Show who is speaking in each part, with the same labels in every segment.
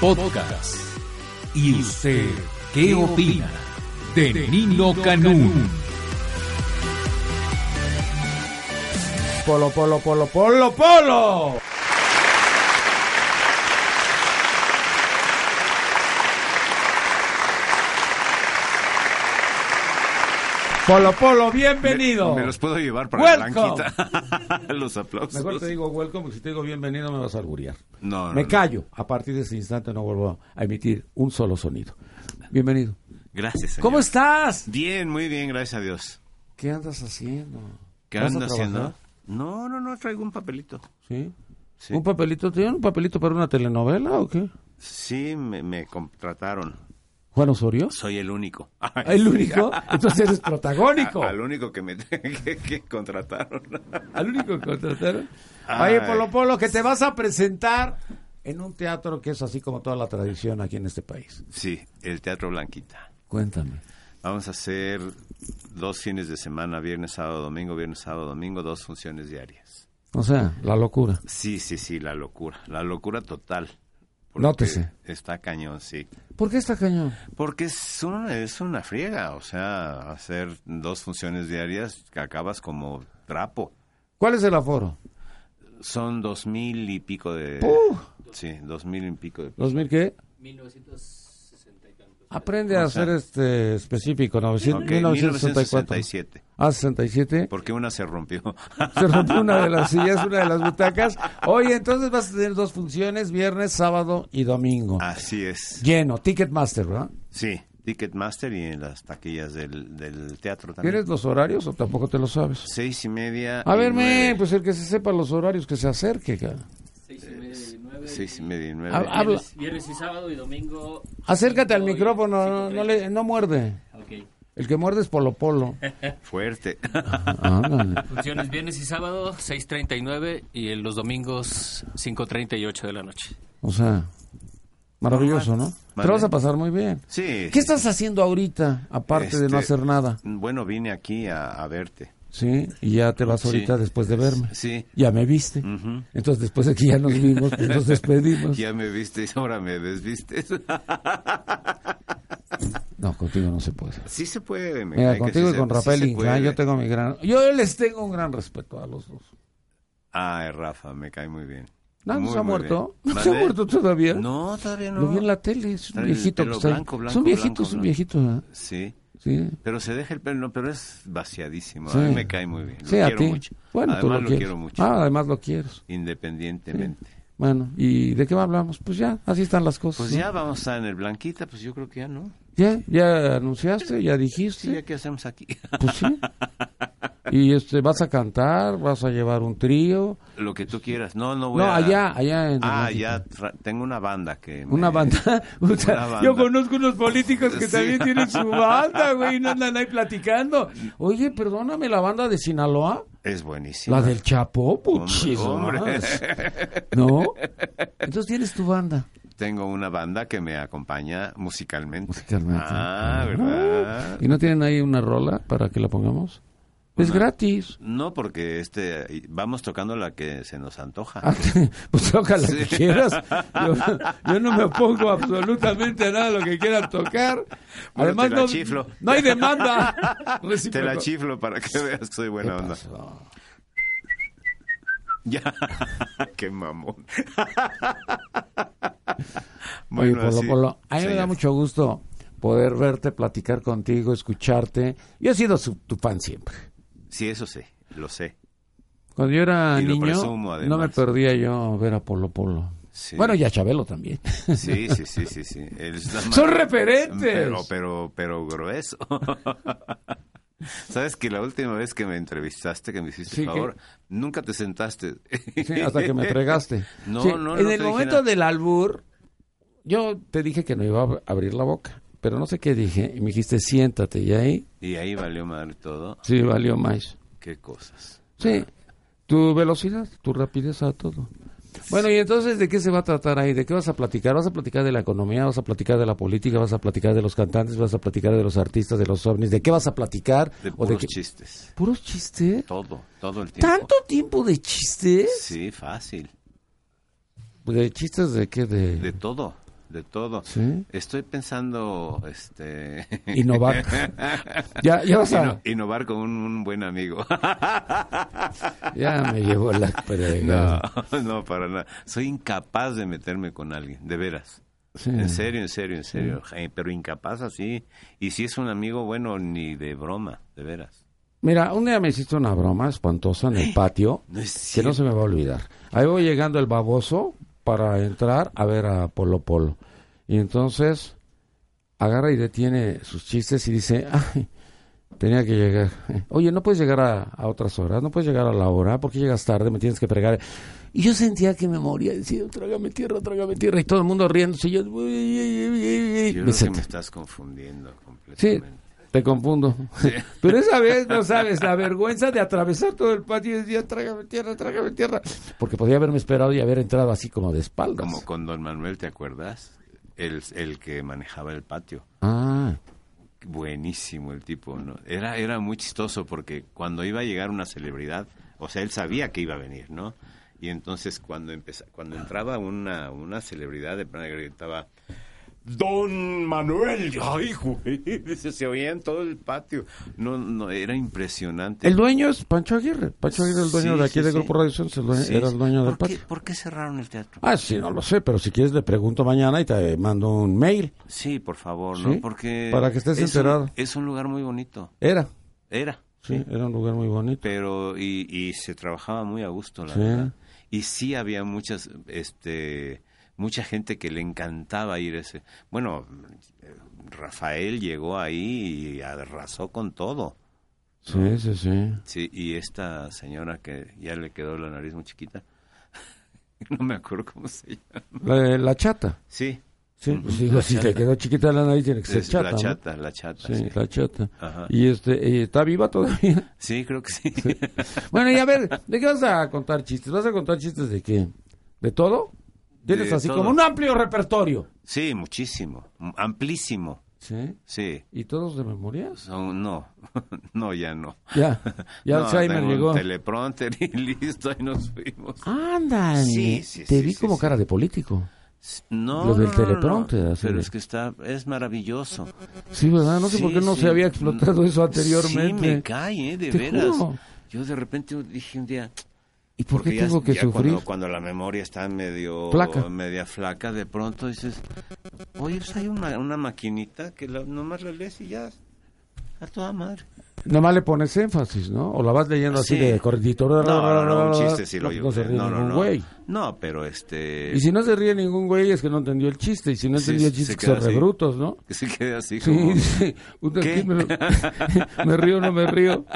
Speaker 1: Podcast. ¿Y usted qué opina de Nino Canún?
Speaker 2: Polo, polo, polo, polo, polo. Polo, polo, bienvenido.
Speaker 3: Me, me los puedo llevar para
Speaker 2: Welcome.
Speaker 3: la blanquita. los aplausos.
Speaker 2: Mejor te digo welcome, porque si te digo bienvenido me vas a alburear.
Speaker 3: No, no,
Speaker 2: me
Speaker 3: no.
Speaker 2: callo. A partir de ese instante no vuelvo a emitir un solo sonido. Bienvenido.
Speaker 3: Gracias. señor.
Speaker 2: ¿Cómo estás?
Speaker 3: Bien, muy bien, gracias a Dios.
Speaker 2: ¿Qué andas haciendo?
Speaker 3: ¿Qué
Speaker 2: ¿Vas a
Speaker 3: ando haciendo?
Speaker 2: trabajar?
Speaker 3: No, no, no, traigo un papelito.
Speaker 2: ¿Sí?
Speaker 3: Sí.
Speaker 2: ¿Un papelito? ¿Tienen un papelito para una telenovela o qué?
Speaker 3: Sí, me, me contrataron.
Speaker 2: ¿Juan Osorio?
Speaker 3: Soy el único.
Speaker 2: ¿El único? Entonces eres protagónico.
Speaker 3: Al único que me que, que contrataron.
Speaker 2: Al único que contrataron.
Speaker 3: Ay.
Speaker 2: Oye, Polo Polo, que te vas a presentar en un teatro que es así como toda la tradición aquí en este país.
Speaker 3: Sí, el Teatro Blanquita.
Speaker 2: Cuéntame.
Speaker 3: Vamos a hacer dos fines de semana, viernes, sábado, domingo, viernes, sábado, domingo, dos funciones diarias.
Speaker 2: O sea, la locura.
Speaker 3: Sí, sí, sí, la locura, la locura total. Porque
Speaker 2: Nótese.
Speaker 3: Está cañón, sí.
Speaker 2: ¿Por qué está cañón?
Speaker 3: Porque es una, es una friega, o sea, hacer dos funciones diarias que acabas como trapo.
Speaker 2: ¿Cuál es el aforo?
Speaker 3: Son dos mil y pico de...
Speaker 2: ¡Puf!
Speaker 3: Sí, dos mil y pico de...
Speaker 2: ¿Dos mil qué? 1960 Aprende a
Speaker 3: O sea,
Speaker 2: ser este específico, 900,
Speaker 3: Ok,
Speaker 2: 1964.
Speaker 3: 1967.
Speaker 2: Ah, 67.
Speaker 3: Porque una se rompió.
Speaker 2: Se rompió una de las sillas, una de las butacas. Oye, entonces vas a tener dos funciones, viernes, sábado y domingo.
Speaker 3: Así es.
Speaker 2: Lleno, Ticketmaster, ¿verdad?
Speaker 3: Sí, Ticketmaster y en las taquillas del, del teatro también.
Speaker 2: ¿Tienes los horarios o tampoco te lo sabes?
Speaker 3: Seis y media.
Speaker 2: A
Speaker 3: y
Speaker 2: ver, men,
Speaker 3: nueve.
Speaker 2: pues el que se sepa los horarios, que se acerque. cara.
Speaker 3: Seis y media y nueve.
Speaker 2: Ha- Habla,
Speaker 4: Viernes y sábado y domingo.
Speaker 2: acércate al
Speaker 4: cinco y-
Speaker 2: micrófono,
Speaker 4: cinco
Speaker 2: no,
Speaker 4: y
Speaker 2: no
Speaker 4: media.
Speaker 2: le, no muerde.
Speaker 4: Ok.
Speaker 2: El que muerde es Polo Polo.
Speaker 3: Fuerte.
Speaker 2: Ándale.
Speaker 4: Funciones viernes y sábado, 6.39 y en los domingos 5.30 y 8 de la noche.
Speaker 2: O sea, maravilloso, ¿no? Te
Speaker 3: Vale.
Speaker 2: lo vas a pasar muy bien.
Speaker 3: Sí.
Speaker 2: ¿Qué estás haciendo ahorita, aparte de no
Speaker 3: Este,
Speaker 2: hacer nada?
Speaker 3: Bueno, vine aquí a, a verte.
Speaker 2: Sí, y ya te vas ahorita
Speaker 3: Sí.
Speaker 2: después de verme.
Speaker 3: Sí.
Speaker 2: Ya me viste. Entonces, después de que ya nos vimos, pues nos despedimos.
Speaker 3: Ya me viste y ahora me desvistes.
Speaker 2: No, contigo no se puede.
Speaker 3: sí se puede. Me
Speaker 2: Mira,
Speaker 3: cae que
Speaker 2: contigo
Speaker 3: sí
Speaker 2: y con
Speaker 3: se-
Speaker 2: Rafael
Speaker 3: sí se
Speaker 2: Inclán,
Speaker 3: puede.
Speaker 2: yo tengo mi gran. Yo les tengo un gran respeto a los dos.
Speaker 3: Ay, Rafa, me cae muy bien.
Speaker 2: No, no
Speaker 3: Muy,
Speaker 2: se ha
Speaker 3: muy
Speaker 2: muerto.
Speaker 3: bien.
Speaker 2: No se ha
Speaker 3: ¿Mande?
Speaker 2: muerto todavía.
Speaker 3: No, todavía no.
Speaker 2: Lo vi en la tele, es
Speaker 3: Está
Speaker 2: un
Speaker 3: el
Speaker 2: viejito que
Speaker 3: pelo
Speaker 2: está ahí.
Speaker 3: blanco, blanco,
Speaker 2: es un viejito,
Speaker 3: blanco,
Speaker 2: es un
Speaker 3: blanco.
Speaker 2: viejito. ¿verdad?
Speaker 3: Sí.
Speaker 2: Sí.
Speaker 3: Pero se deja el pelo, no, pero es vaciadísimo.
Speaker 2: Sí.
Speaker 3: A mí me cae muy bien. Lo
Speaker 2: Sí, a
Speaker 3: quiero
Speaker 2: ti.
Speaker 3: mucho.
Speaker 2: Bueno, tú lo,
Speaker 3: además lo
Speaker 2: quieres.
Speaker 3: quiero mucho.
Speaker 2: Ah, además lo quieres.
Speaker 3: Independientemente.
Speaker 2: Bueno, ¿y de qué hablamos? Pues ya, así están las cosas.
Speaker 3: Pues
Speaker 2: ¿no?
Speaker 3: ya vamos a estar en el Blanquita, pues yo creo que ya no.
Speaker 2: ya. Ya anunciaste, ya dijiste.
Speaker 3: Sí, ya qué hacemos aquí.
Speaker 2: Pues sí. Y este, vas a cantar, vas a llevar un trío.
Speaker 3: Lo que tú quieras. No, no voy
Speaker 2: No,
Speaker 3: a...
Speaker 2: allá, allá en.
Speaker 3: Ah,
Speaker 2: Atlántico.
Speaker 3: ya tra- tengo una banda que... me-
Speaker 2: Una banda. O sea,
Speaker 3: Una banda.
Speaker 2: Yo conozco unos políticos que
Speaker 3: Sí.
Speaker 2: también tienen su banda, güey, y no andan ahí platicando. Oye, perdóname, la banda de Sinaloa,
Speaker 3: Es buenísima.
Speaker 2: la del Chapo,
Speaker 3: Hombre,
Speaker 2: puchizo
Speaker 3: hombre.
Speaker 2: más. ¿No? Entonces tienes tu banda.
Speaker 3: Tengo una banda que me acompaña musicalmente.
Speaker 2: Musicalmente.
Speaker 3: Ah, ¿verdad?
Speaker 2: ¿Y no tienen ahí una rola para que la pongamos? Es gratis.
Speaker 3: No, porque este vamos tocando la que se nos antoja.
Speaker 2: Ah, pues toca la que quieras. Yo, yo no me opongo absolutamente a nada de lo que quieran tocar. Además,
Speaker 3: te la
Speaker 2: no,
Speaker 3: chiflo.
Speaker 2: no hay demanda.
Speaker 3: Te
Speaker 2: recíproca.
Speaker 3: la chiflo para que veas que soy buena onda. Ya. Qué mamón.
Speaker 2: Oye, Polo,
Speaker 3: así-
Speaker 2: Polo, a mí me da
Speaker 3: señor.
Speaker 2: mucho gusto poder verte, platicar contigo, escucharte. Yo he sido su- tu fan siempre.
Speaker 3: Sí, eso sí, lo sé.
Speaker 2: Cuando yo era
Speaker 3: Y lo
Speaker 2: niño,
Speaker 3: presumo, además.
Speaker 2: no me perdía yo ver a Polo Polo.
Speaker 3: Sí.
Speaker 2: Bueno, y a Chabelo también.
Speaker 3: Sí, sí, sí, sí, sí. Él es la
Speaker 2: ¡Son
Speaker 3: madre-
Speaker 2: referentes!
Speaker 3: Pero, pero, pero grueso. Sabes que la última vez que me entrevistaste, que me hiciste
Speaker 2: Sí,
Speaker 3: el
Speaker 2: que-
Speaker 3: favor, nunca te sentaste.
Speaker 2: Sí, hasta que me entregaste.
Speaker 3: No,
Speaker 2: Sí,
Speaker 3: no, no
Speaker 2: En
Speaker 3: te
Speaker 2: el
Speaker 3: dije
Speaker 2: momento
Speaker 3: nada.
Speaker 2: del albur, yo te dije que no iba a ab- abrir la boca, pero no sé qué dije. Y me dijiste, siéntate. Y ahí
Speaker 3: Y ahí valió madre todo.
Speaker 2: sí valió más.
Speaker 3: Qué cosas.
Speaker 2: Sí, tu velocidad, tu rapidez a todo. Bueno, y entonces, ¿de qué se va a tratar ahí? ¿De qué vas a platicar? ¿Vas a platicar de la economía? ¿Vas a platicar de la política? ¿Vas a platicar de los cantantes? ¿Vas a platicar de los artistas, de los ovnis? ¿De qué vas a platicar?
Speaker 3: De
Speaker 2: ¿O de
Speaker 3: puros
Speaker 2: qué?
Speaker 3: chistes.
Speaker 2: ¿Puros chistes?
Speaker 3: Todo, todo el tiempo.
Speaker 2: ¿Tanto tiempo de chistes?
Speaker 3: Sí, fácil.
Speaker 2: ¿De chistes de qué? De...
Speaker 3: De todo, de todo.
Speaker 2: ¿Sí?
Speaker 3: Estoy pensando, este...
Speaker 2: Innovar. ya, ya vas a...
Speaker 3: inno- innovar con un, un buen amigo.
Speaker 2: Ya me llevó la
Speaker 3: No,
Speaker 2: fregada.
Speaker 3: no, para nada. Soy incapaz de meterme con alguien, de veras.
Speaker 2: Sí.
Speaker 3: En serio, en serio, en serio. Eh, pero incapaz así. Y si es un amigo bueno, ni de broma, de veras.
Speaker 2: Mira, un día me hiciste una broma espantosa en el patio
Speaker 3: No es
Speaker 2: que no
Speaker 3: cierto.
Speaker 2: se me va a olvidar. Ahí voy llegando el baboso para entrar a ver a Polo Polo. Y entonces agarra y detiene sus chistes y dice, ay, tenía que llegar. Oye, no puedes llegar a, a otras horas, no puedes llegar a la hora, porque llegas tarde, me tienes que pregar. Y yo sentía que me moría, decía, trágame tierra, trágame tierra, y todo el mundo riéndose. Y yo,
Speaker 3: Yo creo que me estás confundiendo
Speaker 2: Sí,
Speaker 3: completamente.
Speaker 2: te confundo. Pero esa vez, no sabes, la vergüenza de atravesar todo el patio y decir, trágame tierra, trágame tierra. Porque podía haberme esperado y haber entrado así como de espaldas.
Speaker 3: Como con Don Manuel, ¿te acuerdas? El, el que manejaba el patio.
Speaker 2: Ah,
Speaker 3: Buenísimo el tipo, ¿no? Era, era muy chistoso porque cuando iba a llegar una celebridad, o sea, él sabía que iba a venir, ¿no? Y entonces cuando, empeza- cuando entraba una, una celebridad, de plano gritaba, Don Manuel, ay, güey, se, se oía en todo el patio. No, no, era impresionante.
Speaker 2: el dueño es Pancho Aguirre. Pancho Aguirre, el dueño
Speaker 3: Sí,
Speaker 2: de aquí
Speaker 3: sí,
Speaker 2: de
Speaker 3: sí.
Speaker 2: Grupo Radio Sense, el dueño-
Speaker 3: Sí,
Speaker 2: era el dueño del
Speaker 3: ¿Por qué,
Speaker 2: patio.
Speaker 3: ¿Por qué cerraron el teatro?
Speaker 2: Ah, sí, no lo sé, pero si quieres le pregunto mañana y te mando un mail.
Speaker 3: Sí, por favor, ¿no?
Speaker 2: Sí,
Speaker 3: Porque...
Speaker 2: para que estés
Speaker 3: es un-
Speaker 2: enterado.
Speaker 3: es un lugar muy bonito.
Speaker 2: Era,
Speaker 3: Era.
Speaker 2: sí, era un lugar muy bonito.
Speaker 3: pero y, y se trabajaba muy a gusto la
Speaker 2: Sí.
Speaker 3: verdad y sí había muchas este mucha gente que le encantaba ir a ese bueno Rafael llegó ahí y arrasó con todo
Speaker 2: Sí, sí, sí.
Speaker 3: sí y esta señora que ya le quedó la nariz muy chiquita no me acuerdo cómo se llama
Speaker 2: La, la chata.
Speaker 3: sí
Speaker 2: Sí, pues digo, si te quedó chiquita la nariz, tiene que ser
Speaker 3: es
Speaker 2: chata.
Speaker 3: la
Speaker 2: ¿no?
Speaker 3: chata la chata
Speaker 2: Sí,
Speaker 3: sí,
Speaker 2: la chata.
Speaker 3: Ajá.
Speaker 2: Y este, eh, ¿está viva todavía?
Speaker 3: Sí, creo que sí,
Speaker 2: Bueno, y a ver, ¿de qué vas a contar chistes? ¿Vas a contar chistes de qué? ¿De todo? Tienes
Speaker 3: De
Speaker 2: así
Speaker 3: todo.
Speaker 2: como un amplio repertorio.
Speaker 3: sí muchísimo amplísimo
Speaker 2: ¿Sí?
Speaker 3: sí
Speaker 2: ¿Y todos de memorias?
Speaker 3: Son- no no ya no
Speaker 2: Ya, ya
Speaker 3: No,
Speaker 2: Alzheimer
Speaker 3: tengo un
Speaker 2: llegó.
Speaker 3: teleprompter y listo, ahí nos fuimos.
Speaker 2: Ándale,
Speaker 3: Sí, sí,
Speaker 2: te
Speaker 3: sí,
Speaker 2: vi
Speaker 3: sí,
Speaker 2: como
Speaker 3: sí.
Speaker 2: cara de político.
Speaker 3: No,
Speaker 2: Lo del
Speaker 3: no, no,
Speaker 2: teleprompter,
Speaker 3: no,
Speaker 2: así
Speaker 3: pero
Speaker 2: de-
Speaker 3: es que está, es maravilloso.
Speaker 2: Sí, ¿verdad? No sé
Speaker 3: Sí,
Speaker 2: por qué no
Speaker 3: sí.
Speaker 2: se había explotado eso
Speaker 3: Sí,
Speaker 2: anteriormente.
Speaker 3: me cae, eh, de
Speaker 2: Te
Speaker 3: veras.
Speaker 2: juro.
Speaker 3: Yo de repente dije un día...
Speaker 2: ¿Y por qué
Speaker 3: porque ya-
Speaker 2: tengo que
Speaker 3: ya
Speaker 2: sufrir?
Speaker 3: Cuando, cuando la memoria está medio...
Speaker 2: Flaca.
Speaker 3: Media flaca, de pronto dices... Oye, pues hay una, una maquinita que la- nomás la lees y ya... A toda madre.
Speaker 2: Nada más le pones énfasis, ¿no? O la vas leyendo así
Speaker 3: Sí.
Speaker 2: de corridito.
Speaker 3: No, no, no, un chiste sí lo
Speaker 2: No,
Speaker 3: llevo.
Speaker 2: no se ríe
Speaker 3: no, no,
Speaker 2: ningún
Speaker 3: no.
Speaker 2: güey.
Speaker 3: No, pero este...
Speaker 2: Y si no se ríe ningún güey es que no entendió el chiste. Y si no
Speaker 3: Sí,
Speaker 2: entendió el
Speaker 3: se
Speaker 2: chiste, que
Speaker 3: queda
Speaker 2: son re
Speaker 3: así.
Speaker 2: brutos, ¿no?
Speaker 3: Que se quede así como...
Speaker 2: Sí, sí. Puta,
Speaker 3: ¿Qué?
Speaker 2: sí, Me, lo- me río o no me río.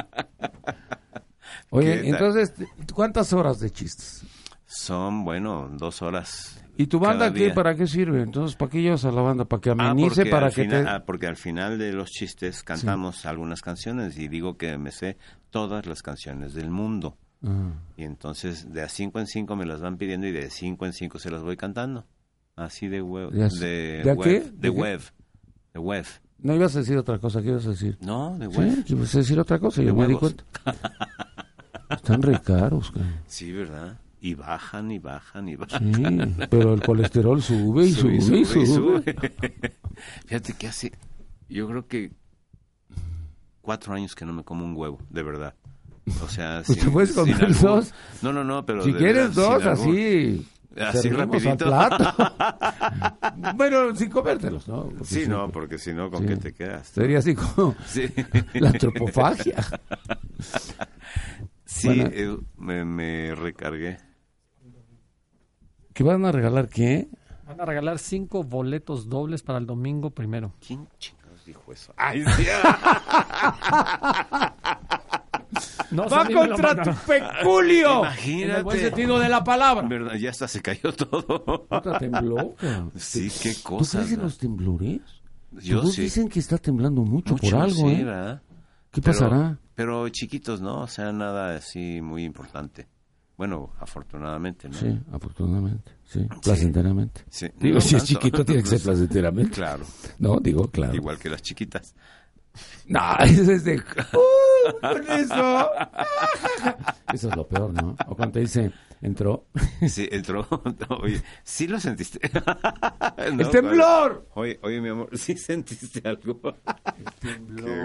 Speaker 2: Oye,
Speaker 3: ¿Qué tal?
Speaker 2: entonces, ¿cuántas horas de chistes?
Speaker 3: Son, bueno, dos horas.
Speaker 2: ¿Y tu banda
Speaker 3: cada
Speaker 2: qué?
Speaker 3: día.
Speaker 2: ¿Para qué sirve? Entonces, ¿para qué llevas a la banda? ¿Para que
Speaker 3: Ah,
Speaker 2: amenice?
Speaker 3: porque,
Speaker 2: ¿Para
Speaker 3: al
Speaker 2: que
Speaker 3: final,
Speaker 2: te...?
Speaker 3: ah, porque al final de los chistes cantamos algunas canciones y digo que me sé todas las canciones del mundo.
Speaker 2: Ah,
Speaker 3: Y entonces de a cinco en cinco me las van pidiendo y de cinco en cinco se las voy cantando. Así de web.
Speaker 2: Ya sé.
Speaker 3: ¿De,
Speaker 2: ¿De a
Speaker 3: web,
Speaker 2: qué?
Speaker 3: De,
Speaker 2: ¿De qué?
Speaker 3: web. De web.
Speaker 2: No ibas a decir otra cosa. ¿Qué ibas a decir?
Speaker 3: No, de web.
Speaker 2: Sí, ibas a decir otra cosa. Yo me di
Speaker 3: huevos.
Speaker 2: cuenta. Están re caros, cabrón.
Speaker 3: Sí, ¿verdad? Y bajan y bajan y bajan.
Speaker 2: Sí, pero el colesterol sube y sube,
Speaker 3: Sube,
Speaker 2: y
Speaker 3: sube,
Speaker 2: sube.
Speaker 3: y sube. Fíjate que hace, yo creo que cuatro años que no me como un huevo, de verdad. O sea,
Speaker 2: Pues te puedes comer dos.
Speaker 3: No, no, no, pero
Speaker 2: Si
Speaker 3: de
Speaker 2: quieres
Speaker 3: verdad,
Speaker 2: dos,
Speaker 3: sin albur.
Speaker 2: así.
Speaker 3: Así
Speaker 2: servimos al
Speaker 3: rapidito.
Speaker 2: plato. bueno, sin comértelos, ¿no? Porque
Speaker 3: Sí,
Speaker 2: si-
Speaker 3: no, porque si no, ¿con
Speaker 2: Sí.
Speaker 3: qué te quedas?
Speaker 2: Sería así como
Speaker 3: Sí,
Speaker 2: la antropofagia.
Speaker 3: sí
Speaker 2: Bueno.
Speaker 3: eh, me, me recargué.
Speaker 2: ¿Qué van a regalar qué?
Speaker 5: Van a regalar cinco boletos dobles para el domingo primero.
Speaker 3: ¿Quién chingados? dijo eso. Ay, sí.
Speaker 5: No,
Speaker 2: ¡Va
Speaker 5: Sandy me lo
Speaker 2: contra tu
Speaker 5: mandaron.
Speaker 2: peculio! En el buen
Speaker 3: Imagínate.
Speaker 2: sentido de la palabra.
Speaker 3: Verdad, ya hasta se cayó todo.
Speaker 2: Puta, tembló. cabrón.
Speaker 3: Sí, qué
Speaker 2: ¿Tú
Speaker 3: cosas,
Speaker 2: crees en
Speaker 3: ¿no?
Speaker 2: los temblores?
Speaker 3: Yo
Speaker 2: Todos
Speaker 3: sí.
Speaker 2: dicen que está temblando mucho,
Speaker 3: Mucho,
Speaker 2: por algo,
Speaker 3: sí,
Speaker 2: ¿eh?
Speaker 3: ¿verdad?
Speaker 2: ¿Qué
Speaker 3: Pero-
Speaker 2: pasará?
Speaker 3: Pero, chiquitos, ¿no? O sea, nada así muy importante. Bueno, afortunadamente, ¿no?
Speaker 2: Sí, afortunadamente. Sí, placenteramente.
Speaker 3: Sí,
Speaker 2: Digo,
Speaker 3: no
Speaker 2: si es
Speaker 3: tanto. Pues,
Speaker 2: chiquito, tiene que ser placenteramente.
Speaker 3: Claro,
Speaker 2: No, digo, claro.
Speaker 3: igual que las chiquitas.
Speaker 2: No, ese es de. ¡Uh! Con eso. eso es lo peor, ¿no? O cuando te dice, entró.
Speaker 3: Sí, entró. No, oye, sí lo sentiste.
Speaker 2: ¡El temblor!
Speaker 3: Oye, oye, mi amor, ¿sí sentiste algo? ¿Qué,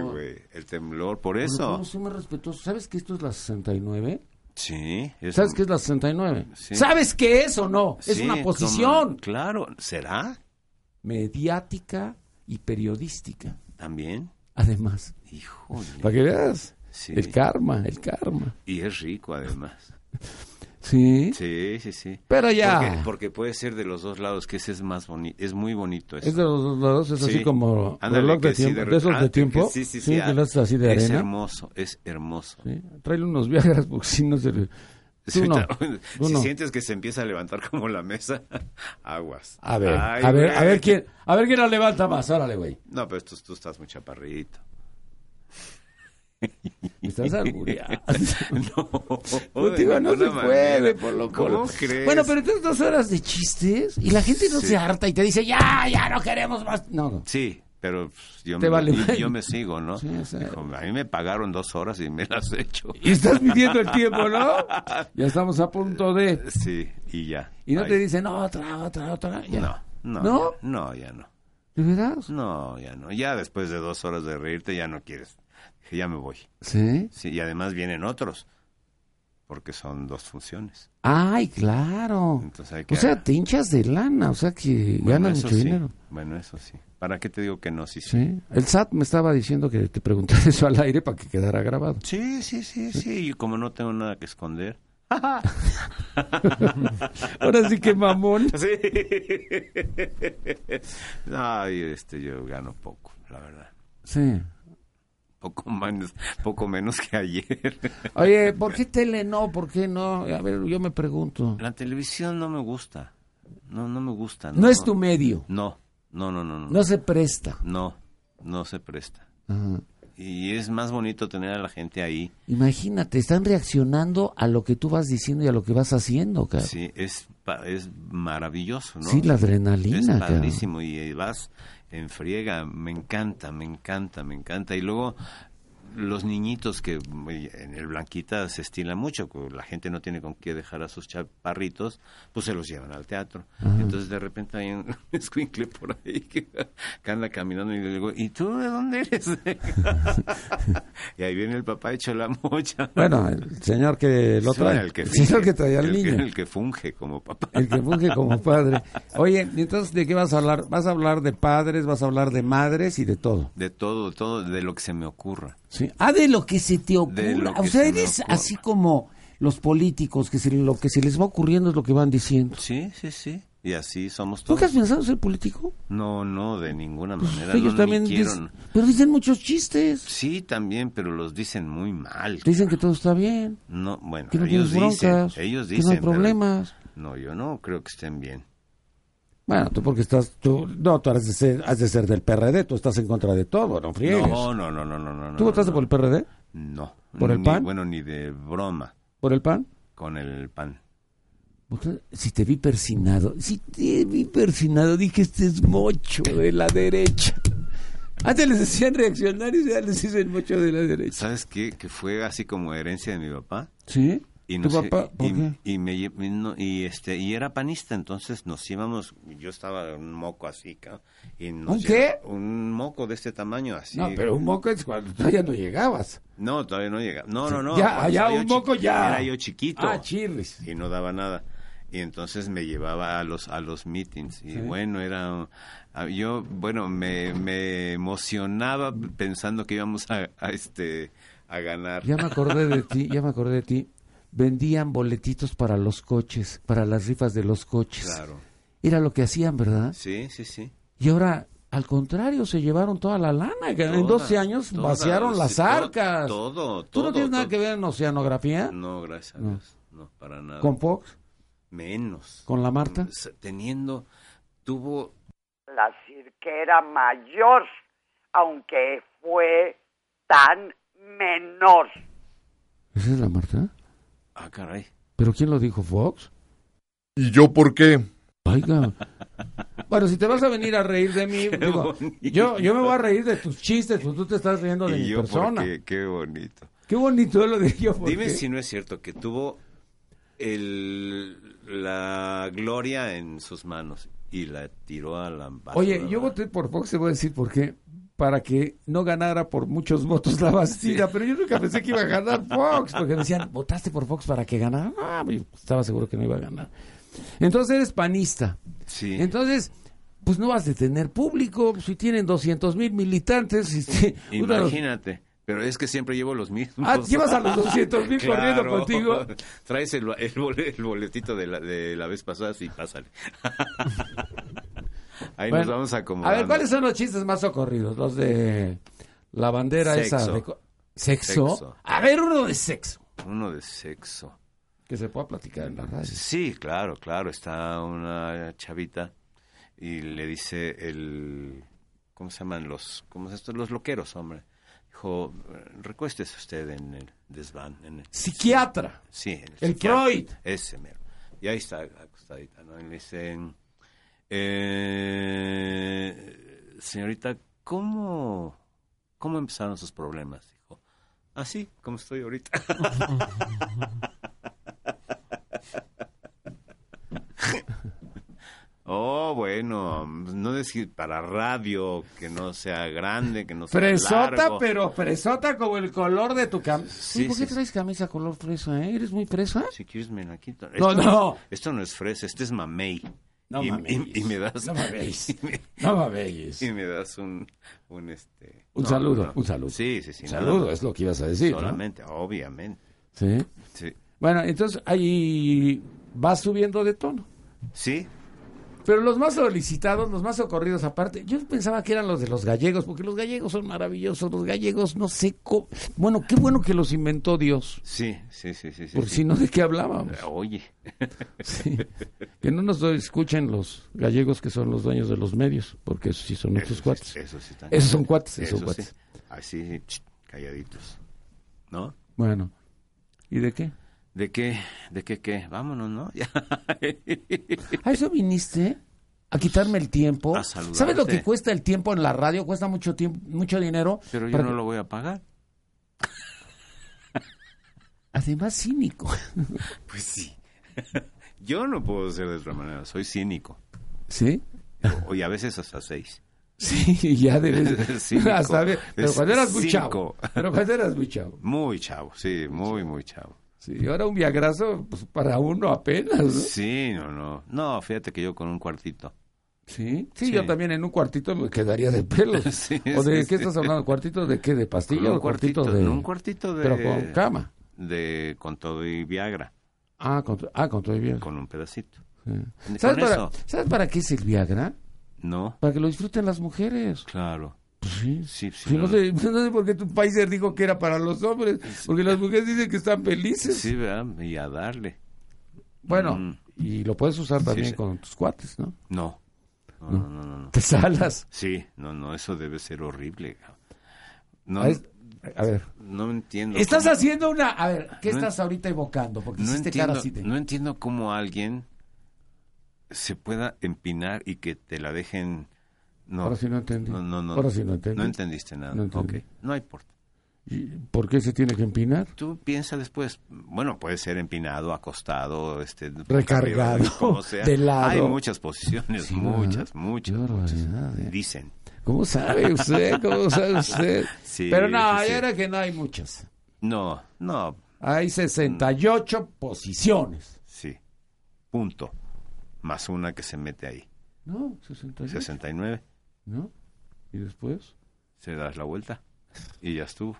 Speaker 3: güey? El temblor, por eso.
Speaker 2: No, sí me respetó. ¿Sabes que esto es la 69?
Speaker 3: Sí. es-
Speaker 2: ¿Sabes qué es la 69?
Speaker 3: Sí.
Speaker 2: ¿Sabes qué es o no? es
Speaker 3: sí,
Speaker 2: una
Speaker 3: como-
Speaker 2: posición
Speaker 3: claro, ¿será?
Speaker 2: mediática y periodística.
Speaker 3: También.
Speaker 2: Además,
Speaker 3: Híjole.
Speaker 2: para que veas,
Speaker 3: Sí.
Speaker 2: el karma, el karma.
Speaker 3: Y es rico, además.
Speaker 2: Sí,
Speaker 3: Sí, sí, sí.
Speaker 2: pero ya.
Speaker 3: Porque, porque puede ser de los dos lados, que ese es más bonito, es muy bonito eso.
Speaker 2: Es de los dos lados, es así
Speaker 3: Sí.
Speaker 2: como
Speaker 3: Ándale,
Speaker 2: reloj de
Speaker 3: que sí,
Speaker 2: tiempo,
Speaker 3: de-
Speaker 2: de esos de
Speaker 3: ah,
Speaker 2: tiempo,
Speaker 3: que sí,
Speaker 2: sí,
Speaker 3: sí, sí,
Speaker 2: que
Speaker 3: ah,
Speaker 2: lo haces así de
Speaker 3: es
Speaker 2: arena.
Speaker 3: hermoso, es hermoso.
Speaker 2: Sí, tráele unos viajes porque si no se... le-
Speaker 3: Sí,
Speaker 2: Tú no,
Speaker 3: ahorita-
Speaker 2: tú
Speaker 3: si
Speaker 2: no.
Speaker 3: sientes que se empieza a levantar como la mesa, aguas.
Speaker 2: A ver,
Speaker 3: Ay,
Speaker 2: a ver,
Speaker 3: güey.
Speaker 2: a ver quién, a ver quién la levanta más, órale, güey.
Speaker 3: No, pero tú, tú estás muy chaparrito.
Speaker 2: Me Estás albureando.
Speaker 3: no,
Speaker 2: Contigo
Speaker 3: de
Speaker 2: Pues no se
Speaker 3: ninguna
Speaker 2: puede,
Speaker 3: manera.
Speaker 2: por lo
Speaker 3: ¿Cómo
Speaker 2: cual.
Speaker 3: crees?
Speaker 2: Bueno, pero entonces dos horas de chistes y la gente no
Speaker 3: Sí.
Speaker 2: se harta y te dice, ya, ya, no queremos más. No, no.
Speaker 3: Sí, pero pues, yo,
Speaker 2: Te
Speaker 3: me,
Speaker 2: vale
Speaker 3: y-
Speaker 2: madre.
Speaker 3: yo me sigo, ¿no?
Speaker 2: Sí, o sea-
Speaker 3: Dijo, a mí me pagaron dos horas y me las he hecho.
Speaker 2: Y estás midiendo el tiempo, ¿no? Ya estamos a punto de...
Speaker 3: Sí, y ya.
Speaker 2: Y no
Speaker 3: Ay,
Speaker 2: te dicen, no, otra, otra, otra. ya.
Speaker 3: No, no,
Speaker 2: ¿No?
Speaker 3: ya- no, ya no.
Speaker 2: ¿De veras?
Speaker 3: No, ya no. Ya después de dos horas de reírte ya no quieres. Dije, Ya me voy.
Speaker 2: Sí.
Speaker 3: Sí, y además vienen otros. Porque son dos funciones.
Speaker 2: Ay, claro.
Speaker 3: Entonces hay que...
Speaker 2: Oh. O sea, te hinchas de lana, o sea que
Speaker 3: Bueno,
Speaker 2: ganas
Speaker 3: eso
Speaker 2: mucho
Speaker 3: sí.
Speaker 2: dinero.
Speaker 3: Bueno, eso sí. ¿Para qué te digo que no? Sí, sí.
Speaker 2: Sí. El SAT me estaba diciendo que te pregunté eso al aire para que quedara grabado.
Speaker 3: Sí, sí, sí, sí. Y como no tengo nada que esconder.
Speaker 2: Ahora sí que mamón.
Speaker 3: Sí. Ay, este, yo gano poco, la verdad.
Speaker 2: Sí.
Speaker 3: Poco menos, poco menos que ayer.
Speaker 2: Oye, ¿por qué tele no? ¿Por qué no? A ver, yo me pregunto.
Speaker 3: La televisión no me gusta. No, no me gusta.
Speaker 2: No es tu medio,
Speaker 3: No, no, no, no. No,
Speaker 2: no se presta.
Speaker 3: no, no se presta.
Speaker 2: Ajá.
Speaker 3: Y es más bonito tener a la gente ahí.
Speaker 2: Imagínate, están reaccionando a lo que tú vas diciendo y a lo que vas haciendo, cabrón. Sí,
Speaker 3: Sí, es, pa- es maravilloso, ¿no?
Speaker 2: la
Speaker 3: Es
Speaker 2: adrenalina, cabrón.
Speaker 3: padrísimo y eh, vas en friega, me encanta, me encanta, me encanta. Y luego los niñitos que mm, en el Blanquita se estila mucho, cu- la gente no tiene con qué dejar a sus chaparritos, pues se los llevan al teatro. Entonces de repente hay un escuincle por ahí que, que anda caminando y le digo, ¿y tú de dónde eres? y ahí viene el papá hecho la mocha.
Speaker 2: Bueno, el señor que lo
Speaker 3: Sí,
Speaker 2: trae.
Speaker 3: el que,
Speaker 2: el
Speaker 3: finge,
Speaker 2: señor que trae al
Speaker 3: el que-
Speaker 2: niño.
Speaker 3: el que funge como papá.
Speaker 2: El que funge como padre. Oye, ¿y entonces de qué vas a hablar? Vas a hablar de padres, vas a hablar de madres y de todo.
Speaker 3: De todo, todo, de lo que se me ocurra.
Speaker 2: ¿sí? Ah, de lo que se te
Speaker 3: De
Speaker 2: ocurra.
Speaker 3: lo
Speaker 2: O
Speaker 3: que
Speaker 2: sea,
Speaker 3: se me
Speaker 2: eres
Speaker 3: ocurra.
Speaker 2: así como los políticos, que se- lo que se les va ocurriendo es lo que van diciendo.
Speaker 3: Sí, sí, sí. Y así somos
Speaker 2: ¿Tú
Speaker 3: todos.
Speaker 2: has pensado en ser político?
Speaker 3: No, no, de ninguna manera.
Speaker 2: Ellos
Speaker 3: no,
Speaker 2: también
Speaker 3: ni quiero,
Speaker 2: dicen,
Speaker 3: no.
Speaker 2: pero dicen muchos chistes.
Speaker 3: Sí, también, pero los dicen muy mal.
Speaker 2: Dicen que todo está bien,
Speaker 3: No, bueno,
Speaker 2: que no
Speaker 3: ellos
Speaker 2: tienes
Speaker 3: dicen,
Speaker 2: broncas,
Speaker 3: ellos
Speaker 2: que
Speaker 3: dicen.
Speaker 2: no hay
Speaker 3: pero-
Speaker 2: problemas.
Speaker 3: No, yo no creo que estén bien.
Speaker 2: Bueno, tú porque estás, tú, no, tú has de ser, has de ser del PRD, tú estás en contra de todo, no friegues.
Speaker 3: No, no, no, no, no, no.
Speaker 2: ¿Tú
Speaker 3: no,
Speaker 2: votaste
Speaker 3: no.
Speaker 2: por el PRD?
Speaker 3: No.
Speaker 2: ¿Por el
Speaker 3: Ni-
Speaker 2: PAN?
Speaker 3: Bueno, ni de broma
Speaker 2: ¿Por el PAN?
Speaker 3: con el pan.
Speaker 2: Usted- Si te vi persinado, si te vi persinado, dije este es mocho de la derecha. Antes les decían reaccionarios y ya les dicen mocho de la derecha.
Speaker 3: ¿Sabes qué? Que fue así como herencia de mi papá.
Speaker 2: ¿Sí?
Speaker 3: Y
Speaker 2: ¿Tu
Speaker 3: no sé,
Speaker 2: papá? ¿Por
Speaker 3: y,
Speaker 2: qué?
Speaker 3: y me lle- y no- y este y era panista, entonces nos íbamos, yo estaba un moco así, ca- y nos
Speaker 2: ¿Un
Speaker 3: lle-
Speaker 2: qué?
Speaker 3: Un moco de este tamaño así.
Speaker 2: No, pero un moco es cuando todavía no llegabas.
Speaker 3: No, todavía no llega. No, no, no.
Speaker 2: Ya, ya,
Speaker 3: cuando estaba yo
Speaker 2: un
Speaker 3: chi-
Speaker 2: moco ya.
Speaker 3: Era yo chiquito
Speaker 2: Ah, chirris.
Speaker 3: y no daba nada. Y entonces me llevaba a los a los meetings y bueno, era a- yo bueno, me, me emocionaba pensando que íbamos a, a, este a ganar.
Speaker 2: Ya me acordé de ti, ya me acordé de ti. Vendían boletitos para los coches, para las rifas de los coches.
Speaker 3: Claro.
Speaker 2: Era lo que hacían, ¿verdad?
Speaker 3: Sí, sí, sí.
Speaker 2: Y ahora Al contrario, se llevaron toda la lana. que en 12 años
Speaker 3: toda,
Speaker 2: vaciaron
Speaker 3: sí,
Speaker 2: las
Speaker 3: todo,
Speaker 2: arcas.
Speaker 3: Todo, todo.
Speaker 2: ¿Tú no tienes nada
Speaker 3: todo.
Speaker 2: que ver en oceanografía?
Speaker 3: No, gracias a
Speaker 2: No.
Speaker 3: Dios. No, para nada.
Speaker 2: ¿Con Fox?
Speaker 3: Menos.
Speaker 2: ¿Con la
Speaker 3: Mm,
Speaker 2: Marta?
Speaker 3: Teniendo, tuvo
Speaker 6: la cirquera mayor, aunque fue tan menor.
Speaker 2: ¿Esa es la Marta?
Speaker 3: Ah, caray.
Speaker 2: ¿Pero quién lo dijo, Fox?
Speaker 7: ¿Y yo por qué?
Speaker 2: Oiga. Bueno, si te vas a venir a reír de mí, digo, yo, yo me voy a reír de tus chistes, pues tú te estás riendo de
Speaker 3: y
Speaker 2: mi
Speaker 3: yo
Speaker 2: persona.
Speaker 3: porque qué bonito.
Speaker 2: Qué bonito lo de yo.
Speaker 3: Dime
Speaker 2: porque-
Speaker 3: si no es cierto que tuvo el, la gloria en sus manos y la tiró a la basura.
Speaker 2: Oye, yo voté por Fox, te voy a decir por qué. Para que no ganara por muchos votos la Bastida, pero yo nunca pensé que iba a ganar Fox, porque me decían, ¿votaste por Fox para que ganara? No, yo estaba seguro que no iba a ganar. Entonces eres panista.
Speaker 3: Sí.
Speaker 2: Entonces, pues no vas a tener público, si tienen 200 mil militantes. este, uno de los-
Speaker 3: Imagínate. Pero es que siempre llevo los mismos.
Speaker 2: Ah, llevas a los 200,000 corriendo contigo.
Speaker 3: Traes el, el bole- el boletito de la, de la vez pasada, sí, pásale. Ahí nos
Speaker 2: Bueno,
Speaker 3: vamos a
Speaker 2: A
Speaker 3: acomodar.
Speaker 2: ver, ¿cuáles son los chistes más socorridos? Los de la bandera esa.
Speaker 3: Sexo.
Speaker 2: de co- ¿Sexo?
Speaker 3: Sexo.
Speaker 2: A ver, uno de sexo.
Speaker 3: Uno de sexo.
Speaker 2: Que se pueda platicar en la radio.
Speaker 3: Sí, claro, claro. Está una chavita y le dice el... ¿Cómo se llaman los... ¿Cómo es esto? Los loqueros, hombre. Dijo, recuéstese usted en el desván. En el,
Speaker 2: Psiquiatra.
Speaker 3: Sí, el,
Speaker 2: El
Speaker 3: psiquiatra.
Speaker 2: Freud.
Speaker 3: Ese mero. Y ahí está acostadita, ¿no? Y le dicen, eh, señorita, ¿cómo, ¿cómo empezaron sus problemas? Dijo, así, como estoy ahorita. Oh, bueno, no decir para radio, que no sea grande, que no sea
Speaker 2: Fresota,
Speaker 3: largo.
Speaker 2: pero fresota como el color de tu camisa.
Speaker 3: Sí,
Speaker 2: ¿Por qué
Speaker 3: sí, sí.
Speaker 2: traes camisa color fresa, eh? ¿Eres muy fresa?
Speaker 3: Si quieres, me la quito.
Speaker 2: No, no.
Speaker 3: Esto no es fresa, este es mamey.
Speaker 2: No
Speaker 3: y,
Speaker 2: mames.
Speaker 3: y- y me das.
Speaker 2: No mames.
Speaker 3: y me-
Speaker 2: No mames.
Speaker 3: Y me das un. Un, este,
Speaker 2: Un
Speaker 3: no,
Speaker 2: saludo,
Speaker 3: no.
Speaker 2: un saludo.
Speaker 3: Sí, sí, sí.
Speaker 2: Un
Speaker 3: nada
Speaker 2: saludo,
Speaker 3: más.
Speaker 2: es lo que ibas a decir, ¿no?
Speaker 3: Solamente, obviamente.
Speaker 2: Sí.
Speaker 3: Sí.
Speaker 2: Bueno, entonces ahí vas subiendo de tono.
Speaker 3: Sí,
Speaker 2: Pero los más solicitados, los más socorridos aparte, yo pensaba que eran los de los gallegos, porque los gallegos son maravillosos, los gallegos no sé cómo... Bueno, qué bueno que los inventó Dios,
Speaker 3: sí, sí, sí. sí, sí,
Speaker 2: porque
Speaker 3: sí.
Speaker 2: si no, ¿de qué hablábamos?
Speaker 3: Oye.
Speaker 2: Sí. Que no nos do- escuchen los gallegos que son los dueños de los medios, porque esos sí son nuestros
Speaker 3: sí,
Speaker 2: cuates.
Speaker 3: eso sí están-
Speaker 2: Esos son cuates, esos
Speaker 3: eso
Speaker 2: son cuates.
Speaker 3: sí. Así, ch, calladitos. ¿No?
Speaker 2: Bueno, ¿y de qué?
Speaker 3: ¿De qué? ¿De qué qué? Vámonos, ¿no? Ya.
Speaker 2: ¿A eso viniste? ¿A quitarme el tiempo?
Speaker 3: A saludarte.
Speaker 2: ¿Sabes lo que cuesta el tiempo en la radio? Cuesta mucho tiempo, mucho dinero.
Speaker 3: Pero yo
Speaker 2: para
Speaker 3: no
Speaker 2: que-
Speaker 3: lo voy a pagar.
Speaker 2: Además, cínico.
Speaker 3: Pues sí. Yo no puedo ser de otra manera. Soy cínico.
Speaker 2: ¿Sí?
Speaker 3: O- Y a veces hasta seis.
Speaker 2: Sí, ya debes.
Speaker 3: Cínico.
Speaker 2: Hasta ver- Pero
Speaker 3: Es
Speaker 2: cuando eras muy
Speaker 3: cínico.
Speaker 2: chavo. Pero cuando eras muy chavo.
Speaker 3: Muy chavo, sí, muy, muy chavo.
Speaker 2: Sí, y ahora un viagrazo pues, para uno apenas. ¿no?
Speaker 3: Sí, no, no. No, fíjate que yo con un cuartito.
Speaker 2: Sí, sí,
Speaker 3: Sí.
Speaker 2: yo también en un cuartito me quedaría de pelos.
Speaker 3: Sí,
Speaker 2: ¿O de
Speaker 3: sí,
Speaker 2: qué
Speaker 3: sí.
Speaker 2: estás hablando? ¿Cuartito de qué? ¿De
Speaker 3: Con
Speaker 2: pastilla
Speaker 3: este? un
Speaker 2: o cuartito,
Speaker 3: cuartito,
Speaker 2: de.?
Speaker 3: no, un cuartito de-
Speaker 2: Pero con cama.
Speaker 3: De con todo y Viagra,
Speaker 2: Ah, con, tu- ah, con todo y bien.
Speaker 3: con un pedacito.
Speaker 2: Sí.
Speaker 3: Con
Speaker 2: ¿Sabes, para,
Speaker 3: eso.
Speaker 2: ¿Sabes para qué es el Viagra?
Speaker 3: No,
Speaker 2: Para que lo disfruten las mujeres.
Speaker 3: claro.
Speaker 2: Pues sí.
Speaker 3: Sí, sí.
Speaker 2: Sí,
Speaker 3: no,
Speaker 2: no, sé, no sé por qué tu país dijo que era para los hombres. Porque las mujeres dicen que están felices.
Speaker 3: Sí, ¿verdad? Y a darle.
Speaker 2: Bueno,
Speaker 3: Mm.
Speaker 2: y lo puedes usar también
Speaker 3: sí.
Speaker 2: con tus cuates, ¿no?
Speaker 3: No. No, no, no, no, no.
Speaker 2: Te salas.
Speaker 3: Sí, no, no, eso debe ser horrible. cabrón. No,
Speaker 2: A, es- a ver.
Speaker 3: Ah. no entiendo.
Speaker 2: Estás
Speaker 3: cómo-
Speaker 2: haciendo una. A ver, ¿qué
Speaker 3: No
Speaker 2: estás ahorita evocando? Porque
Speaker 3: No
Speaker 2: hiciste
Speaker 3: entiendo,
Speaker 2: cara así de.
Speaker 3: no entiendo cómo alguien se pueda empinar y que te la dejen. No,
Speaker 2: Ahora sí no entendí.
Speaker 3: No, no, no.
Speaker 2: Ahora sí no entendí.
Speaker 3: entendiste nada.
Speaker 2: No entendí.
Speaker 3: Ok, no importa.
Speaker 2: ¿Y ¿Por qué se tiene que empinar?
Speaker 3: Tú piensa después. Bueno, puede ser empinado, acostado, este,
Speaker 2: Recargado,
Speaker 3: arriba, como sea.
Speaker 2: de lado.
Speaker 3: Hay muchas posiciones,
Speaker 2: Sí,
Speaker 3: muchas,
Speaker 2: ¿verdad?
Speaker 3: muchas,
Speaker 2: Qué
Speaker 3: muchas.
Speaker 2: barbaridad, eh.
Speaker 3: Dicen.
Speaker 2: ¿Cómo sabe usted? ¿Cómo sabe usted?
Speaker 3: Sí,
Speaker 2: Pero no,
Speaker 3: sí, sí.
Speaker 2: yo creo que no hay muchas.
Speaker 3: No, no,
Speaker 2: Hay 68
Speaker 3: Mm.
Speaker 2: posiciones.
Speaker 3: sí. Punto. Más una que se mete ahí.
Speaker 2: ¿No? 68.
Speaker 3: 69.
Speaker 2: ¿No? ¿Y después?
Speaker 3: Se das la vuelta. Y ya estuvo.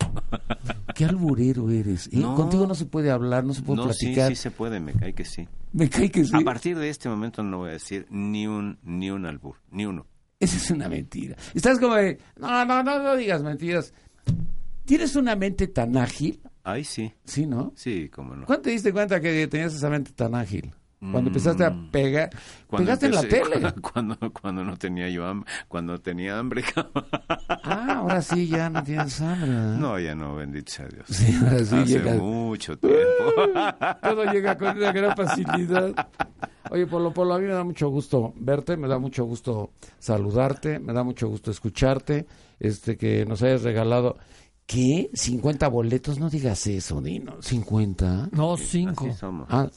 Speaker 2: Qué alburero eres. ¿eh?
Speaker 3: No.
Speaker 2: Contigo no se puede hablar, no se puede
Speaker 3: No, sí,
Speaker 2: platicar.
Speaker 3: sí se puede, me cae que sí.
Speaker 2: Me cae que sí.
Speaker 3: A partir de este momento no voy a decir ni un ni un albur, ni uno.
Speaker 8: Esa es una mentira. Estás como de, no, no, no, no digas mentiras. ¿Tienes una mente tan ágil?
Speaker 3: Ay, sí.
Speaker 8: Sí, ¿no?
Speaker 3: Sí, cómo no.
Speaker 8: ¿Cuándo te diste cuenta que tenías esa mente tan ágil? Cuando empezaste a pegar,
Speaker 3: Mm. Cuando
Speaker 8: pegaste
Speaker 3: empecé-
Speaker 8: en la tele.
Speaker 3: Cuando, cuando no tenía yo hambre, cuando tenía hambre.
Speaker 8: Ah, ahora sí ya no tienes hambre.
Speaker 2: Ah.
Speaker 8: ¿verdad?
Speaker 3: No, ya no, bendito sea Dios.
Speaker 8: Sí, ahora sí
Speaker 3: Hace
Speaker 8: llegas.
Speaker 3: mucho tiempo.
Speaker 8: Todo llega con una gran facilidad.
Speaker 2: Oye, Polo Polo, a mí me da mucho gusto verte, me da mucho gusto saludarte, me da mucho gusto escucharte, este que nos hayas regalado ¿qué? 50 boletos, no digas eso, Dino. 50.
Speaker 9: No, cinco.
Speaker 3: Así somos.
Speaker 2: Ah,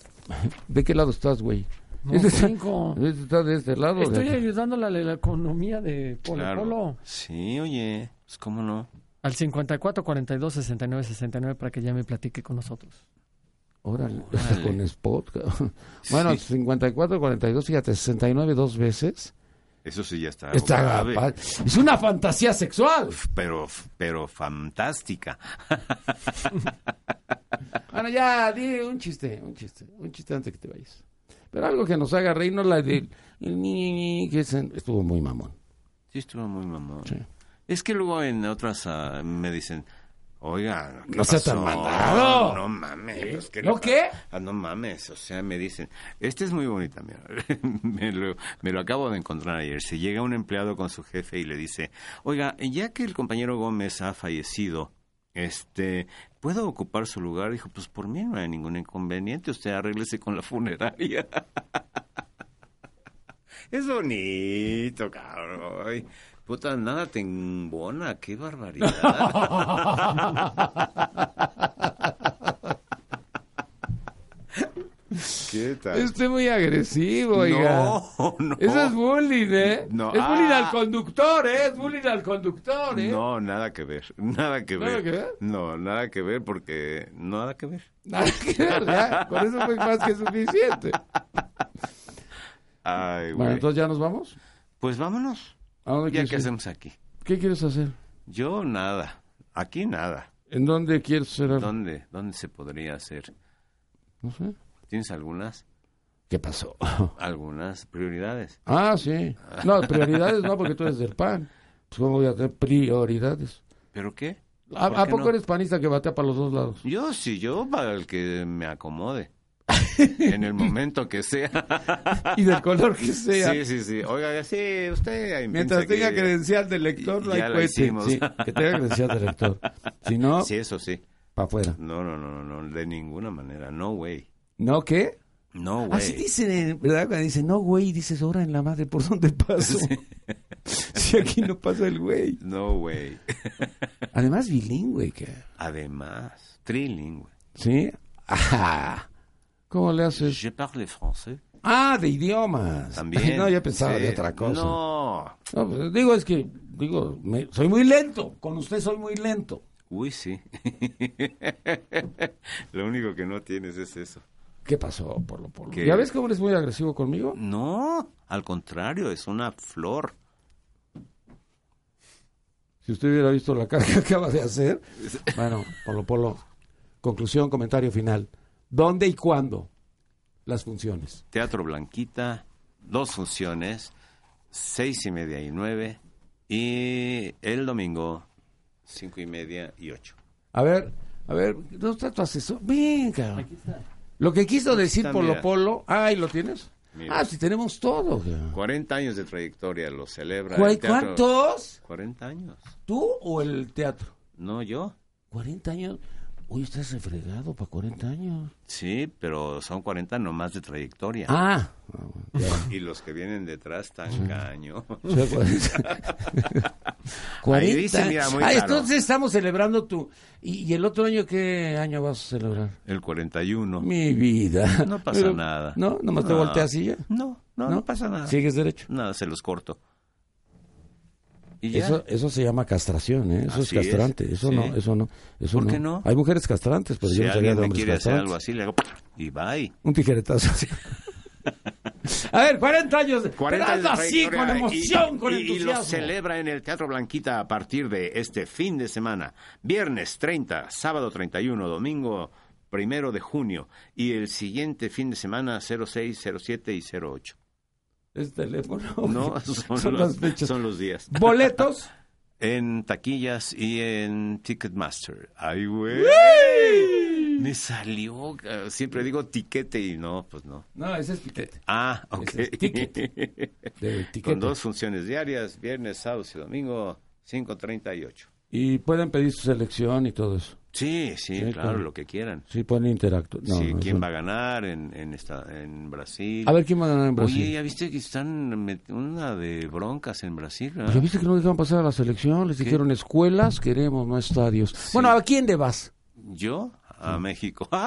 Speaker 2: ¿de qué lado estás, güey?
Speaker 9: No,
Speaker 2: Este está-
Speaker 9: cinco.
Speaker 2: este está de este lado. de
Speaker 9: Estoy
Speaker 2: acá.
Speaker 9: ayudándole a la, la economía de Polo
Speaker 3: Claro.
Speaker 9: Polo.
Speaker 3: Sí, oye, pues cómo no.
Speaker 9: Al 54 42 69 69 para que ya me platique con nosotros.
Speaker 2: Órale,
Speaker 3: Órale.
Speaker 2: con spot. cabrón. Bueno, 54, 42, fíjate, 69 dos veces.
Speaker 3: Eso sí ya está.
Speaker 2: Está
Speaker 3: grave,
Speaker 2: pa- Es una fantasía sexual.
Speaker 3: Pero, pero fantástica.
Speaker 2: Bueno, ya, di un chiste, un chiste, un chiste antes que te vayas. Pero algo que nos haga reír, no la de... que es en- estuvo muy mamón.
Speaker 3: Sí, estuvo muy mamón.
Speaker 2: Sí.
Speaker 3: Es que luego en otras ah, me dicen, oiga, ¿qué
Speaker 2: No sea tan
Speaker 3: pasó?
Speaker 2: mandado.
Speaker 3: No mames. pues, ¿qué
Speaker 2: ¿No
Speaker 3: le
Speaker 2: qué?
Speaker 3: pasa? Ah, no mames, o sea, me dicen, esta es muy bonita, mira. me, lo, me lo acabo de encontrar ayer. Si llega un empleado con su jefe y le dice, oiga, ya que el compañero Gómez ha fallecido, este, ¿puedo ocupar su lugar? Dijo, pues por mí no hay ningún inconveniente, usted arréglese con la funeraria. Es bonito, cabrón. Ay, Puta, nada te embona, qué barbaridad. ¿Qué tal?
Speaker 2: Estoy muy agresivo, oiga.
Speaker 3: No, no.
Speaker 2: Eso es bullying, ¿eh?
Speaker 3: No,
Speaker 2: Es bullying
Speaker 3: ah.
Speaker 2: al conductor, ¿eh? Es bullying al conductor, ¿eh?
Speaker 3: No, nada que ver, nada que ver.
Speaker 2: ¿Nada que ver?
Speaker 3: No, nada que ver porque nada que ver.
Speaker 2: Nada que ver, ¿ya? Con eso fue más que suficiente.
Speaker 3: Ay, güey.
Speaker 2: Bueno, entonces ya nos vamos.
Speaker 3: Pues vámonos.
Speaker 2: ¿A dónde
Speaker 3: Ya
Speaker 2: quieres
Speaker 3: que
Speaker 2: ir?
Speaker 3: hacemos aquí.
Speaker 2: ¿Qué quieres hacer?
Speaker 3: Yo nada. Aquí nada.
Speaker 2: ¿En dónde quieres hacer? algo?
Speaker 3: ¿Dónde dónde se podría hacer?
Speaker 2: No sé.
Speaker 3: ¿Tienes algunas
Speaker 2: ¿Qué pasó?
Speaker 3: algunas prioridades?
Speaker 2: Ah, sí. No, prioridades no, porque tú eres del PAN. Pues, ¿cómo voy a tener prioridades?
Speaker 3: ¿Pero qué?
Speaker 2: ¿A,
Speaker 3: ¿Por
Speaker 2: a
Speaker 3: qué
Speaker 2: poco
Speaker 3: no?
Speaker 2: eres panista que batea para los dos lados?
Speaker 3: Yo sí, yo para el que me acomode. en el momento que sea.
Speaker 2: Y del color que sea.
Speaker 3: Sí, sí, sí. Oiga, sí, usted. ahí
Speaker 2: Mientras
Speaker 3: piensa
Speaker 2: tenga credencial de lector, no hay
Speaker 3: ya la
Speaker 2: cohete.
Speaker 3: hicimos.
Speaker 2: Sí, que tenga credencial de lector. Si no,
Speaker 3: Sí, eso sí.
Speaker 2: para afuera.
Speaker 3: No, no, no, no, no, de ninguna manera. No way.
Speaker 2: ¿No qué?
Speaker 3: No
Speaker 2: ¿Ah,
Speaker 3: way.
Speaker 8: Así dicen, ¿verdad? Cuando dicen, no, güey, dices, ahora en la madre, ¿por dónde paso? si aquí no pasa el güey.
Speaker 3: No way.
Speaker 8: Además, bilingüe, que.
Speaker 3: Además, trilingüe.
Speaker 2: ¿Sí? Ah. Ajá. ¿Cómo le haces?
Speaker 3: Je parle français.
Speaker 2: Ah, de idiomas.
Speaker 3: También.
Speaker 2: No, yo pensaba
Speaker 3: Sí.
Speaker 2: de otra cosa.
Speaker 3: No.
Speaker 2: No, pues, digo, es que, digo, me- soy muy lento. Con usted soy muy lento.
Speaker 3: Uy, sí. Lo único que no tienes es eso.
Speaker 2: ¿Qué pasó, Polo Polo?
Speaker 3: ¿Qué?
Speaker 2: ¿Ya ves cómo eres muy agresivo conmigo?
Speaker 3: No, al contrario, es una flor.
Speaker 2: Si usted hubiera visto la cara que acaba de hacer. Bueno, Polo Polo, conclusión, comentario final. ¿Dónde y cuándo las funciones?
Speaker 3: Teatro Blanquita, dos funciones, seis y media y nueve, y el domingo, cinco y media y ocho.
Speaker 2: A ver, a ver, ¿dónde está tu asesor? Venga. Lo que quiso decir
Speaker 3: está,
Speaker 2: Polo
Speaker 3: mira.
Speaker 2: Polo. Ay, ¿lo tienes?
Speaker 3: Mira.
Speaker 2: Ah, sí, tenemos todo. ya.
Speaker 3: 40 años de trayectoria lo celebra.
Speaker 2: ¿Cuál-
Speaker 3: el teatro.
Speaker 2: ¿Cuántos?
Speaker 3: 40 años.
Speaker 2: ¿Tú o el teatro?
Speaker 3: No yo.
Speaker 2: 40 años. Uy, estás refregado para 40 años.
Speaker 3: Sí, pero son 40 nomás de trayectoria.
Speaker 2: Ah.
Speaker 3: Y los que vienen detrás tan caño.
Speaker 2: Sí, 40. 40.
Speaker 3: Ahí dice, mira, muy
Speaker 2: ah,
Speaker 3: claro.
Speaker 2: entonces estamos celebrando tu... ¿Y, y el otro año qué año vas a celebrar?
Speaker 3: El 41.
Speaker 2: Mi vida.
Speaker 3: No pasa
Speaker 2: Pero-
Speaker 3: nada.
Speaker 2: No, nomás te
Speaker 3: No.
Speaker 2: volteas y ya.
Speaker 3: No, no, no, pasa nada.
Speaker 2: Sigues derecho.
Speaker 3: Nada, se los corto. Y ya.
Speaker 2: Eso, eso se llama castración, ¿eh? eso
Speaker 3: Así
Speaker 2: es
Speaker 3: es,
Speaker 2: castrante, eso
Speaker 3: sí.
Speaker 2: no, eso no, eso
Speaker 3: ¿Por qué no?
Speaker 2: Hay mujeres castrantes, pero pues,
Speaker 3: si
Speaker 2: yo no sabía
Speaker 3: alguien
Speaker 2: de
Speaker 3: me
Speaker 2: hombres
Speaker 3: quiere hacer
Speaker 2: castrantes.
Speaker 3: algo así, le hago y bye.
Speaker 2: Un tijeretazo. A ver, 40 años, pero
Speaker 3: 40
Speaker 2: hazlo
Speaker 3: años de
Speaker 2: así, con
Speaker 3: trayectoria
Speaker 2: emoción, con
Speaker 3: y- Y lo
Speaker 2: entusiasmo.
Speaker 3: celebra en el Teatro Blanquita a partir de este fin de semana. Viernes 30, sábado 31, domingo primero de junio. Y el siguiente fin de semana 06, 07 y 08.
Speaker 8: es teléfono.
Speaker 3: No, son,
Speaker 8: Son
Speaker 3: los,
Speaker 8: las fechas.
Speaker 3: son los días.
Speaker 8: ¿Boletos?
Speaker 3: En taquillas y en Ticketmaster. Ay, güey. Me salió. eh, Siempre digo tiquete y no, pues no.
Speaker 8: No, ese es piquete.
Speaker 3: Ah, ok.
Speaker 8: Ese es tiquete. De tiquete.
Speaker 3: Con dos funciones diarias, viernes, sábado y domingo, 5.38.
Speaker 2: Y pueden pedir su selección y todo eso.
Speaker 3: Sí, sí, claro, lo que quieran.
Speaker 2: Sí, pueden interactuar. No,
Speaker 3: sí,
Speaker 2: no,
Speaker 3: ¿quién
Speaker 2: eso-
Speaker 3: va a ganar en, en, esta, en Brasil?
Speaker 2: A ver, ¿quién va a ganar en Brasil?
Speaker 3: Oye, ya viste que están met- una de broncas en Brasil. ¿verdad?
Speaker 2: Pero viste que no dejaban pasar a la selección, les
Speaker 3: ¿Qué?
Speaker 2: dijeron escuelas, queremos más estadios. Bueno, ¿a quién le vas?
Speaker 3: ¿Yo? A México.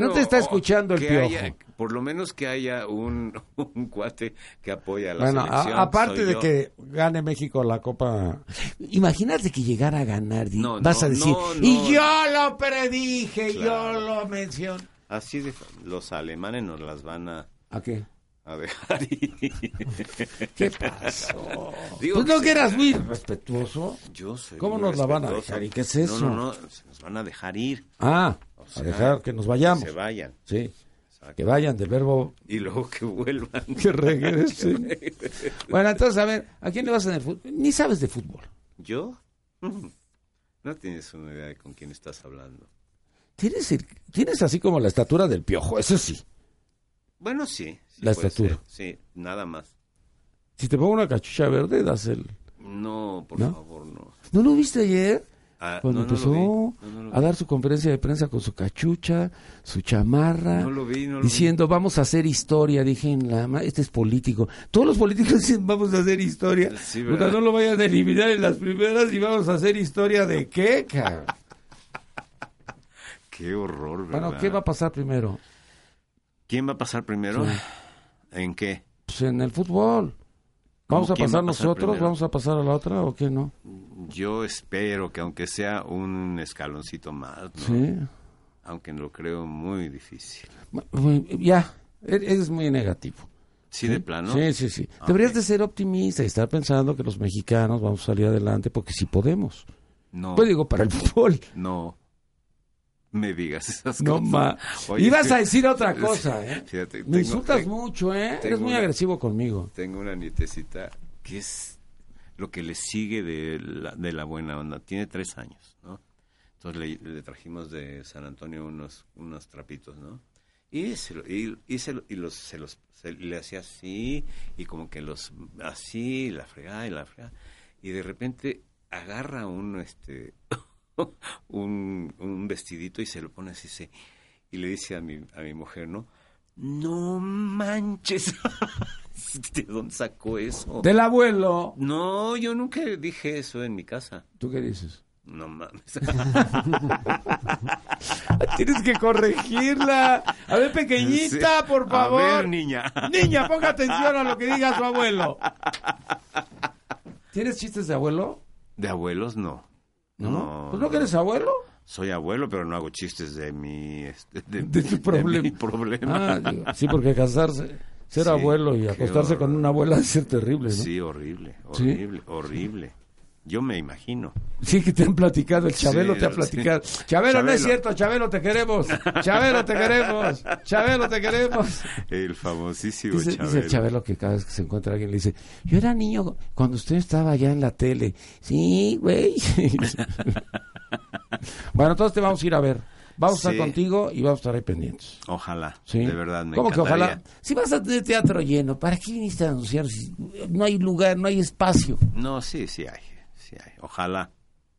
Speaker 2: No te está
Speaker 3: o-
Speaker 2: escuchando el
Speaker 3: que
Speaker 2: piojo.
Speaker 3: haya- por lo menos que haya un, un cuate que apoya a la
Speaker 2: Bueno, a-
Speaker 3: selección.
Speaker 2: aparte
Speaker 3: soy
Speaker 2: de
Speaker 3: yo.
Speaker 2: que gane México la Copa. Imagínate que llegara a ganar, Di.
Speaker 3: No,
Speaker 2: vas
Speaker 3: no,
Speaker 2: a decir,
Speaker 3: no, no.
Speaker 2: y yo lo predije,
Speaker 3: Claro.
Speaker 2: yo lo mencioné.
Speaker 3: Así de... fa- Los alemanes nos las van a...
Speaker 2: ¿A qué?
Speaker 3: A dejar ir.
Speaker 2: ¿Qué pasó?
Speaker 3: Digo
Speaker 2: pues no
Speaker 3: sí.
Speaker 2: que eras muy respetuoso.
Speaker 3: Yo soy
Speaker 2: ¿Cómo
Speaker 3: muy
Speaker 2: nos la van a
Speaker 3: respetuoso.
Speaker 2: dejar? ¿Y qué es eso?
Speaker 3: No, no, no, se nos van a dejar ir.
Speaker 2: Ah,
Speaker 3: O
Speaker 2: a
Speaker 3: sea,
Speaker 2: dejar que nos vayamos.
Speaker 3: Que se vayan.
Speaker 2: Sí.
Speaker 3: Exacto.
Speaker 2: Que vayan del verbo
Speaker 3: Y luego que vuelvan.
Speaker 2: que regresen.
Speaker 3: Que regresen.
Speaker 2: bueno, entonces, a ver, ¿a quién le vas en el fútbol? Ni sabes de fútbol.
Speaker 3: ¿Yo? Mm. No tienes una idea de con quién estás hablando.
Speaker 2: Tienes, el- tienes así como la estatura del piojo, eso sí.
Speaker 3: Bueno, sí. sí
Speaker 2: La
Speaker 3: puede
Speaker 2: estatura.
Speaker 3: ser. Sí, nada más.
Speaker 2: Si te pongo una cachucha verde, das el...
Speaker 3: No, por
Speaker 2: ¿No?
Speaker 3: favor, no.
Speaker 2: ¿No lo viste ayer?
Speaker 3: Ah,
Speaker 2: Cuando
Speaker 3: no, no lo
Speaker 2: empezó
Speaker 3: vi. No, no lo
Speaker 2: a
Speaker 3: vi.
Speaker 2: dar su conferencia de prensa con su cachucha, su chamarra,
Speaker 3: No lo vi, no lo vi.
Speaker 2: diciendo vamos a hacer historia, dije en la ma- este es político. Todos los políticos dicen vamos a hacer historia.
Speaker 3: Sí,
Speaker 2: Puta,
Speaker 3: ¿verdad?
Speaker 2: no lo vayan a eliminar en las primeras y vamos a hacer historia de qué, cabrón.
Speaker 3: Qué horror, ¿verdad?
Speaker 2: bueno, ¿qué va a pasar primero?
Speaker 3: ¿Quién va a pasar primero?
Speaker 2: Sí.
Speaker 3: ¿En qué?
Speaker 2: Pues en el fútbol.
Speaker 3: ¿Cómo
Speaker 2: ¿Vamos a
Speaker 3: quién
Speaker 2: pasar
Speaker 3: va a pasar
Speaker 2: nosotros?
Speaker 3: primero?
Speaker 2: ¿Vamos a pasar a la otra o qué no?
Speaker 3: Yo espero que aunque sea un escaloncito más, ¿no?
Speaker 2: Sí.
Speaker 3: aunque lo creo muy difícil.
Speaker 2: Bueno, Ya, e- eres muy negativo.
Speaker 3: Sí, de plano.
Speaker 2: Sí, sí, sí.
Speaker 3: Ah,
Speaker 2: Deberías
Speaker 3: ok.
Speaker 2: de ser optimista y estar pensando que los mexicanos vamos a salir adelante porque sí podemos.
Speaker 3: No,
Speaker 2: Pues digo, para el fútbol.
Speaker 3: no me digas esas
Speaker 2: No
Speaker 3: cosas.
Speaker 2: ma-
Speaker 3: Oye,
Speaker 2: Ibas
Speaker 3: sí.
Speaker 2: a decir otra cosa, ¿eh?
Speaker 3: Fíjate,
Speaker 2: Me
Speaker 3: tengo-
Speaker 2: insultas
Speaker 3: te-
Speaker 2: mucho, ¿eh?
Speaker 3: tengo
Speaker 2: Eres muy
Speaker 3: una-
Speaker 2: agresivo conmigo.
Speaker 3: Tengo una nietecita que es lo que le sigue de la, de la buena onda. Tiene tres años, ¿no? Entonces le, le trajimos de San Antonio unos, unos trapitos, ¿no? Y, se lo- y, y se lo- y los, se los se- le hacía así, y como que los así, y la fregada y la fregada. Y de repente agarra un, este, un, un vestidito y se lo pone así, se, y le dice a mi, a mi mujer, ¿no? No manches. ¿De dónde sacó eso?
Speaker 2: Del abuelo.
Speaker 3: No, yo nunca dije eso en mi casa.
Speaker 2: ¿Tú qué dices?
Speaker 3: No mames.
Speaker 2: Tienes que corregirla. A ver, pequeñita,
Speaker 3: Sí.
Speaker 2: por favor.
Speaker 3: A ver, niña.
Speaker 2: Niña, ponga atención a lo que diga su abuelo. ¿Tienes chistes de abuelo?
Speaker 3: De abuelos no.
Speaker 2: ¿No?
Speaker 3: No,
Speaker 2: ¿Pues no
Speaker 3: no.
Speaker 2: que eres abuelo?
Speaker 3: Soy abuelo, pero no hago chistes de mi este, de,
Speaker 2: De tu problema.
Speaker 3: mi problema.
Speaker 2: Ah, digo, sí, porque casarse, ser
Speaker 3: Sí,
Speaker 2: abuelo y
Speaker 3: qué
Speaker 2: acostarse con
Speaker 3: horror.
Speaker 2: una abuela es ser terrible, ¿no?
Speaker 3: Sí, horrible,
Speaker 2: Sí.
Speaker 3: horrible, horrible. Yo me imagino.
Speaker 2: Sí, que te han platicado, el Chabelo
Speaker 3: Sí,
Speaker 2: te ha
Speaker 3: sí.
Speaker 2: platicado. Chabelo, no es
Speaker 3: Chabelo.
Speaker 2: cierto, Chabelo, te queremos. Chabelo, te queremos. Chabelo, te queremos.
Speaker 3: El famosísimo
Speaker 2: Dice, dice el
Speaker 3: Chabelo.
Speaker 2: Chabelo que cada vez que se encuentra alguien le dice, yo era niño cuando usted estaba allá en la tele. Sí, güey. bueno, entonces te vamos a ir a ver. Vamos a
Speaker 3: Sí.
Speaker 2: estar contigo y vamos a estar ahí pendientes.
Speaker 3: Ojalá,
Speaker 2: Sí.
Speaker 3: de verdad me
Speaker 2: ¿Cómo que
Speaker 3: encantaría.
Speaker 2: ojalá? Si vas a tener teatro lleno, ¿para qué viniste a anunciar si no hay lugar, no hay espacio?
Speaker 3: No, sí, sí hay, sí hay. Ojalá.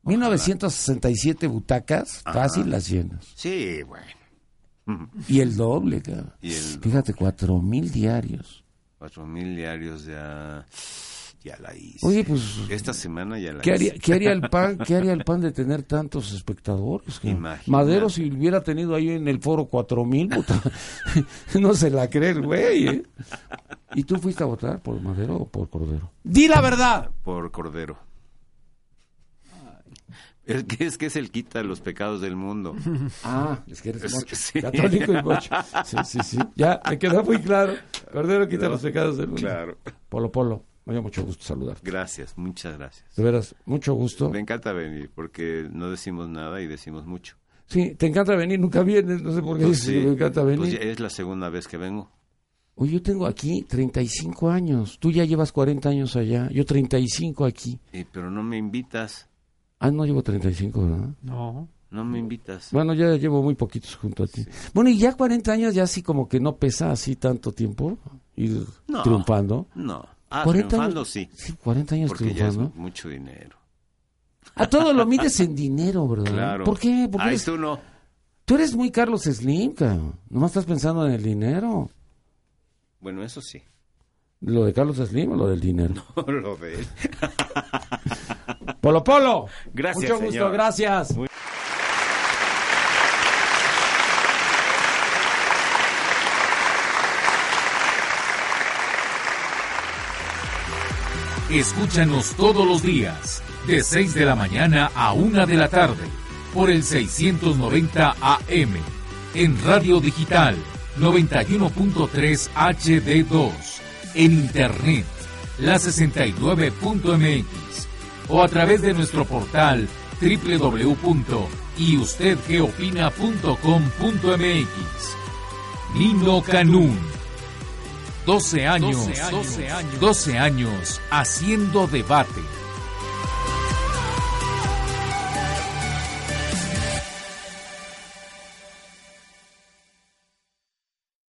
Speaker 2: 1967 butacas,
Speaker 3: Ajá.
Speaker 2: fácil las llenas.
Speaker 3: Sí, bueno.
Speaker 2: Y el doble, cabrón.
Speaker 3: Y el-
Speaker 2: Fíjate, cuatro mil diarios.
Speaker 3: Cuatro mil diarios ya, ya la hice.
Speaker 2: Oye, pues,
Speaker 3: Esta semana ya la
Speaker 2: ¿Qué haría,
Speaker 3: hice.
Speaker 2: qué haría el pan? ¿Qué haría el pan de tener tantos espectadores? cabrón?
Speaker 3: Imagínate.
Speaker 2: Madero, si hubiera tenido ahí en el foro cuatro mil, puta, no se la cree el güey. ¿eh? ¿Y tú fuiste a votar por Madero o por Cordero? ¡Di la verdad!
Speaker 3: Por Cordero. Es que, es que es el quita los pecados del mundo.
Speaker 2: Ah, es que eres
Speaker 3: Sí.
Speaker 2: mocho. Católico y mocho. Sí, sí, sí. Ya, me quedó muy claro. Cordero quita los pecados del mundo.
Speaker 3: Claro.
Speaker 2: Polo Polo, me dio mucho gusto saludarte.
Speaker 3: Gracias, muchas gracias.
Speaker 2: De veras, mucho gusto.
Speaker 3: Me encanta venir porque no decimos nada y decimos mucho.
Speaker 2: Sí, te encanta venir, nunca vienes, no sé por qué
Speaker 3: Pues
Speaker 2: dices
Speaker 3: sí,
Speaker 2: que me encanta venir.
Speaker 3: pues ya es la segunda vez que vengo.
Speaker 2: Oye, yo tengo aquí 35 años, tú ya llevas 40 años allá, yo 35 aquí.
Speaker 3: Eh, pero no me invitas.
Speaker 2: Ah, no llevo 35, ¿verdad?
Speaker 9: No.
Speaker 3: No me invitas.
Speaker 2: Bueno, ya llevo muy poquitos junto a ti. Bueno, y ya 40 años ya así como que no pesa así tanto tiempo ir
Speaker 3: No,
Speaker 2: triunfando.
Speaker 3: No. Ah,
Speaker 2: 40
Speaker 3: triunfando
Speaker 2: años-
Speaker 3: sí.
Speaker 2: sí, 40 años
Speaker 3: Porque ya
Speaker 2: triunfando.
Speaker 3: es mucho dinero.
Speaker 2: A todo lo mides en dinero, ¿verdad?
Speaker 3: Claro.
Speaker 2: ¿Por qué? Porque
Speaker 3: Ay,
Speaker 2: eres-
Speaker 3: tú no.
Speaker 2: tú eres muy Carlos Slim, cabrón. Nomás estás pensando en el dinero.
Speaker 3: Bueno, eso sí.
Speaker 2: ¿Lo de Carlos Slim o lo del dinero?
Speaker 3: Lo de él.
Speaker 2: Polo Polo.
Speaker 3: Gracias,
Speaker 2: Mucho gusto,
Speaker 3: señor.
Speaker 2: gracias.
Speaker 1: Escúchanos todos los días, de 6 de la mañana a 1 de la tarde, por el 690 AM, en Radio Digital 91.3 HD2, en Internet, la 69.mx, o a través de nuestro portal www.yustedgeopina.com.mx. Nino Canún. 12 años, 12
Speaker 9: 12
Speaker 1: años,
Speaker 9: años.
Speaker 1: 12 años haciendo debate.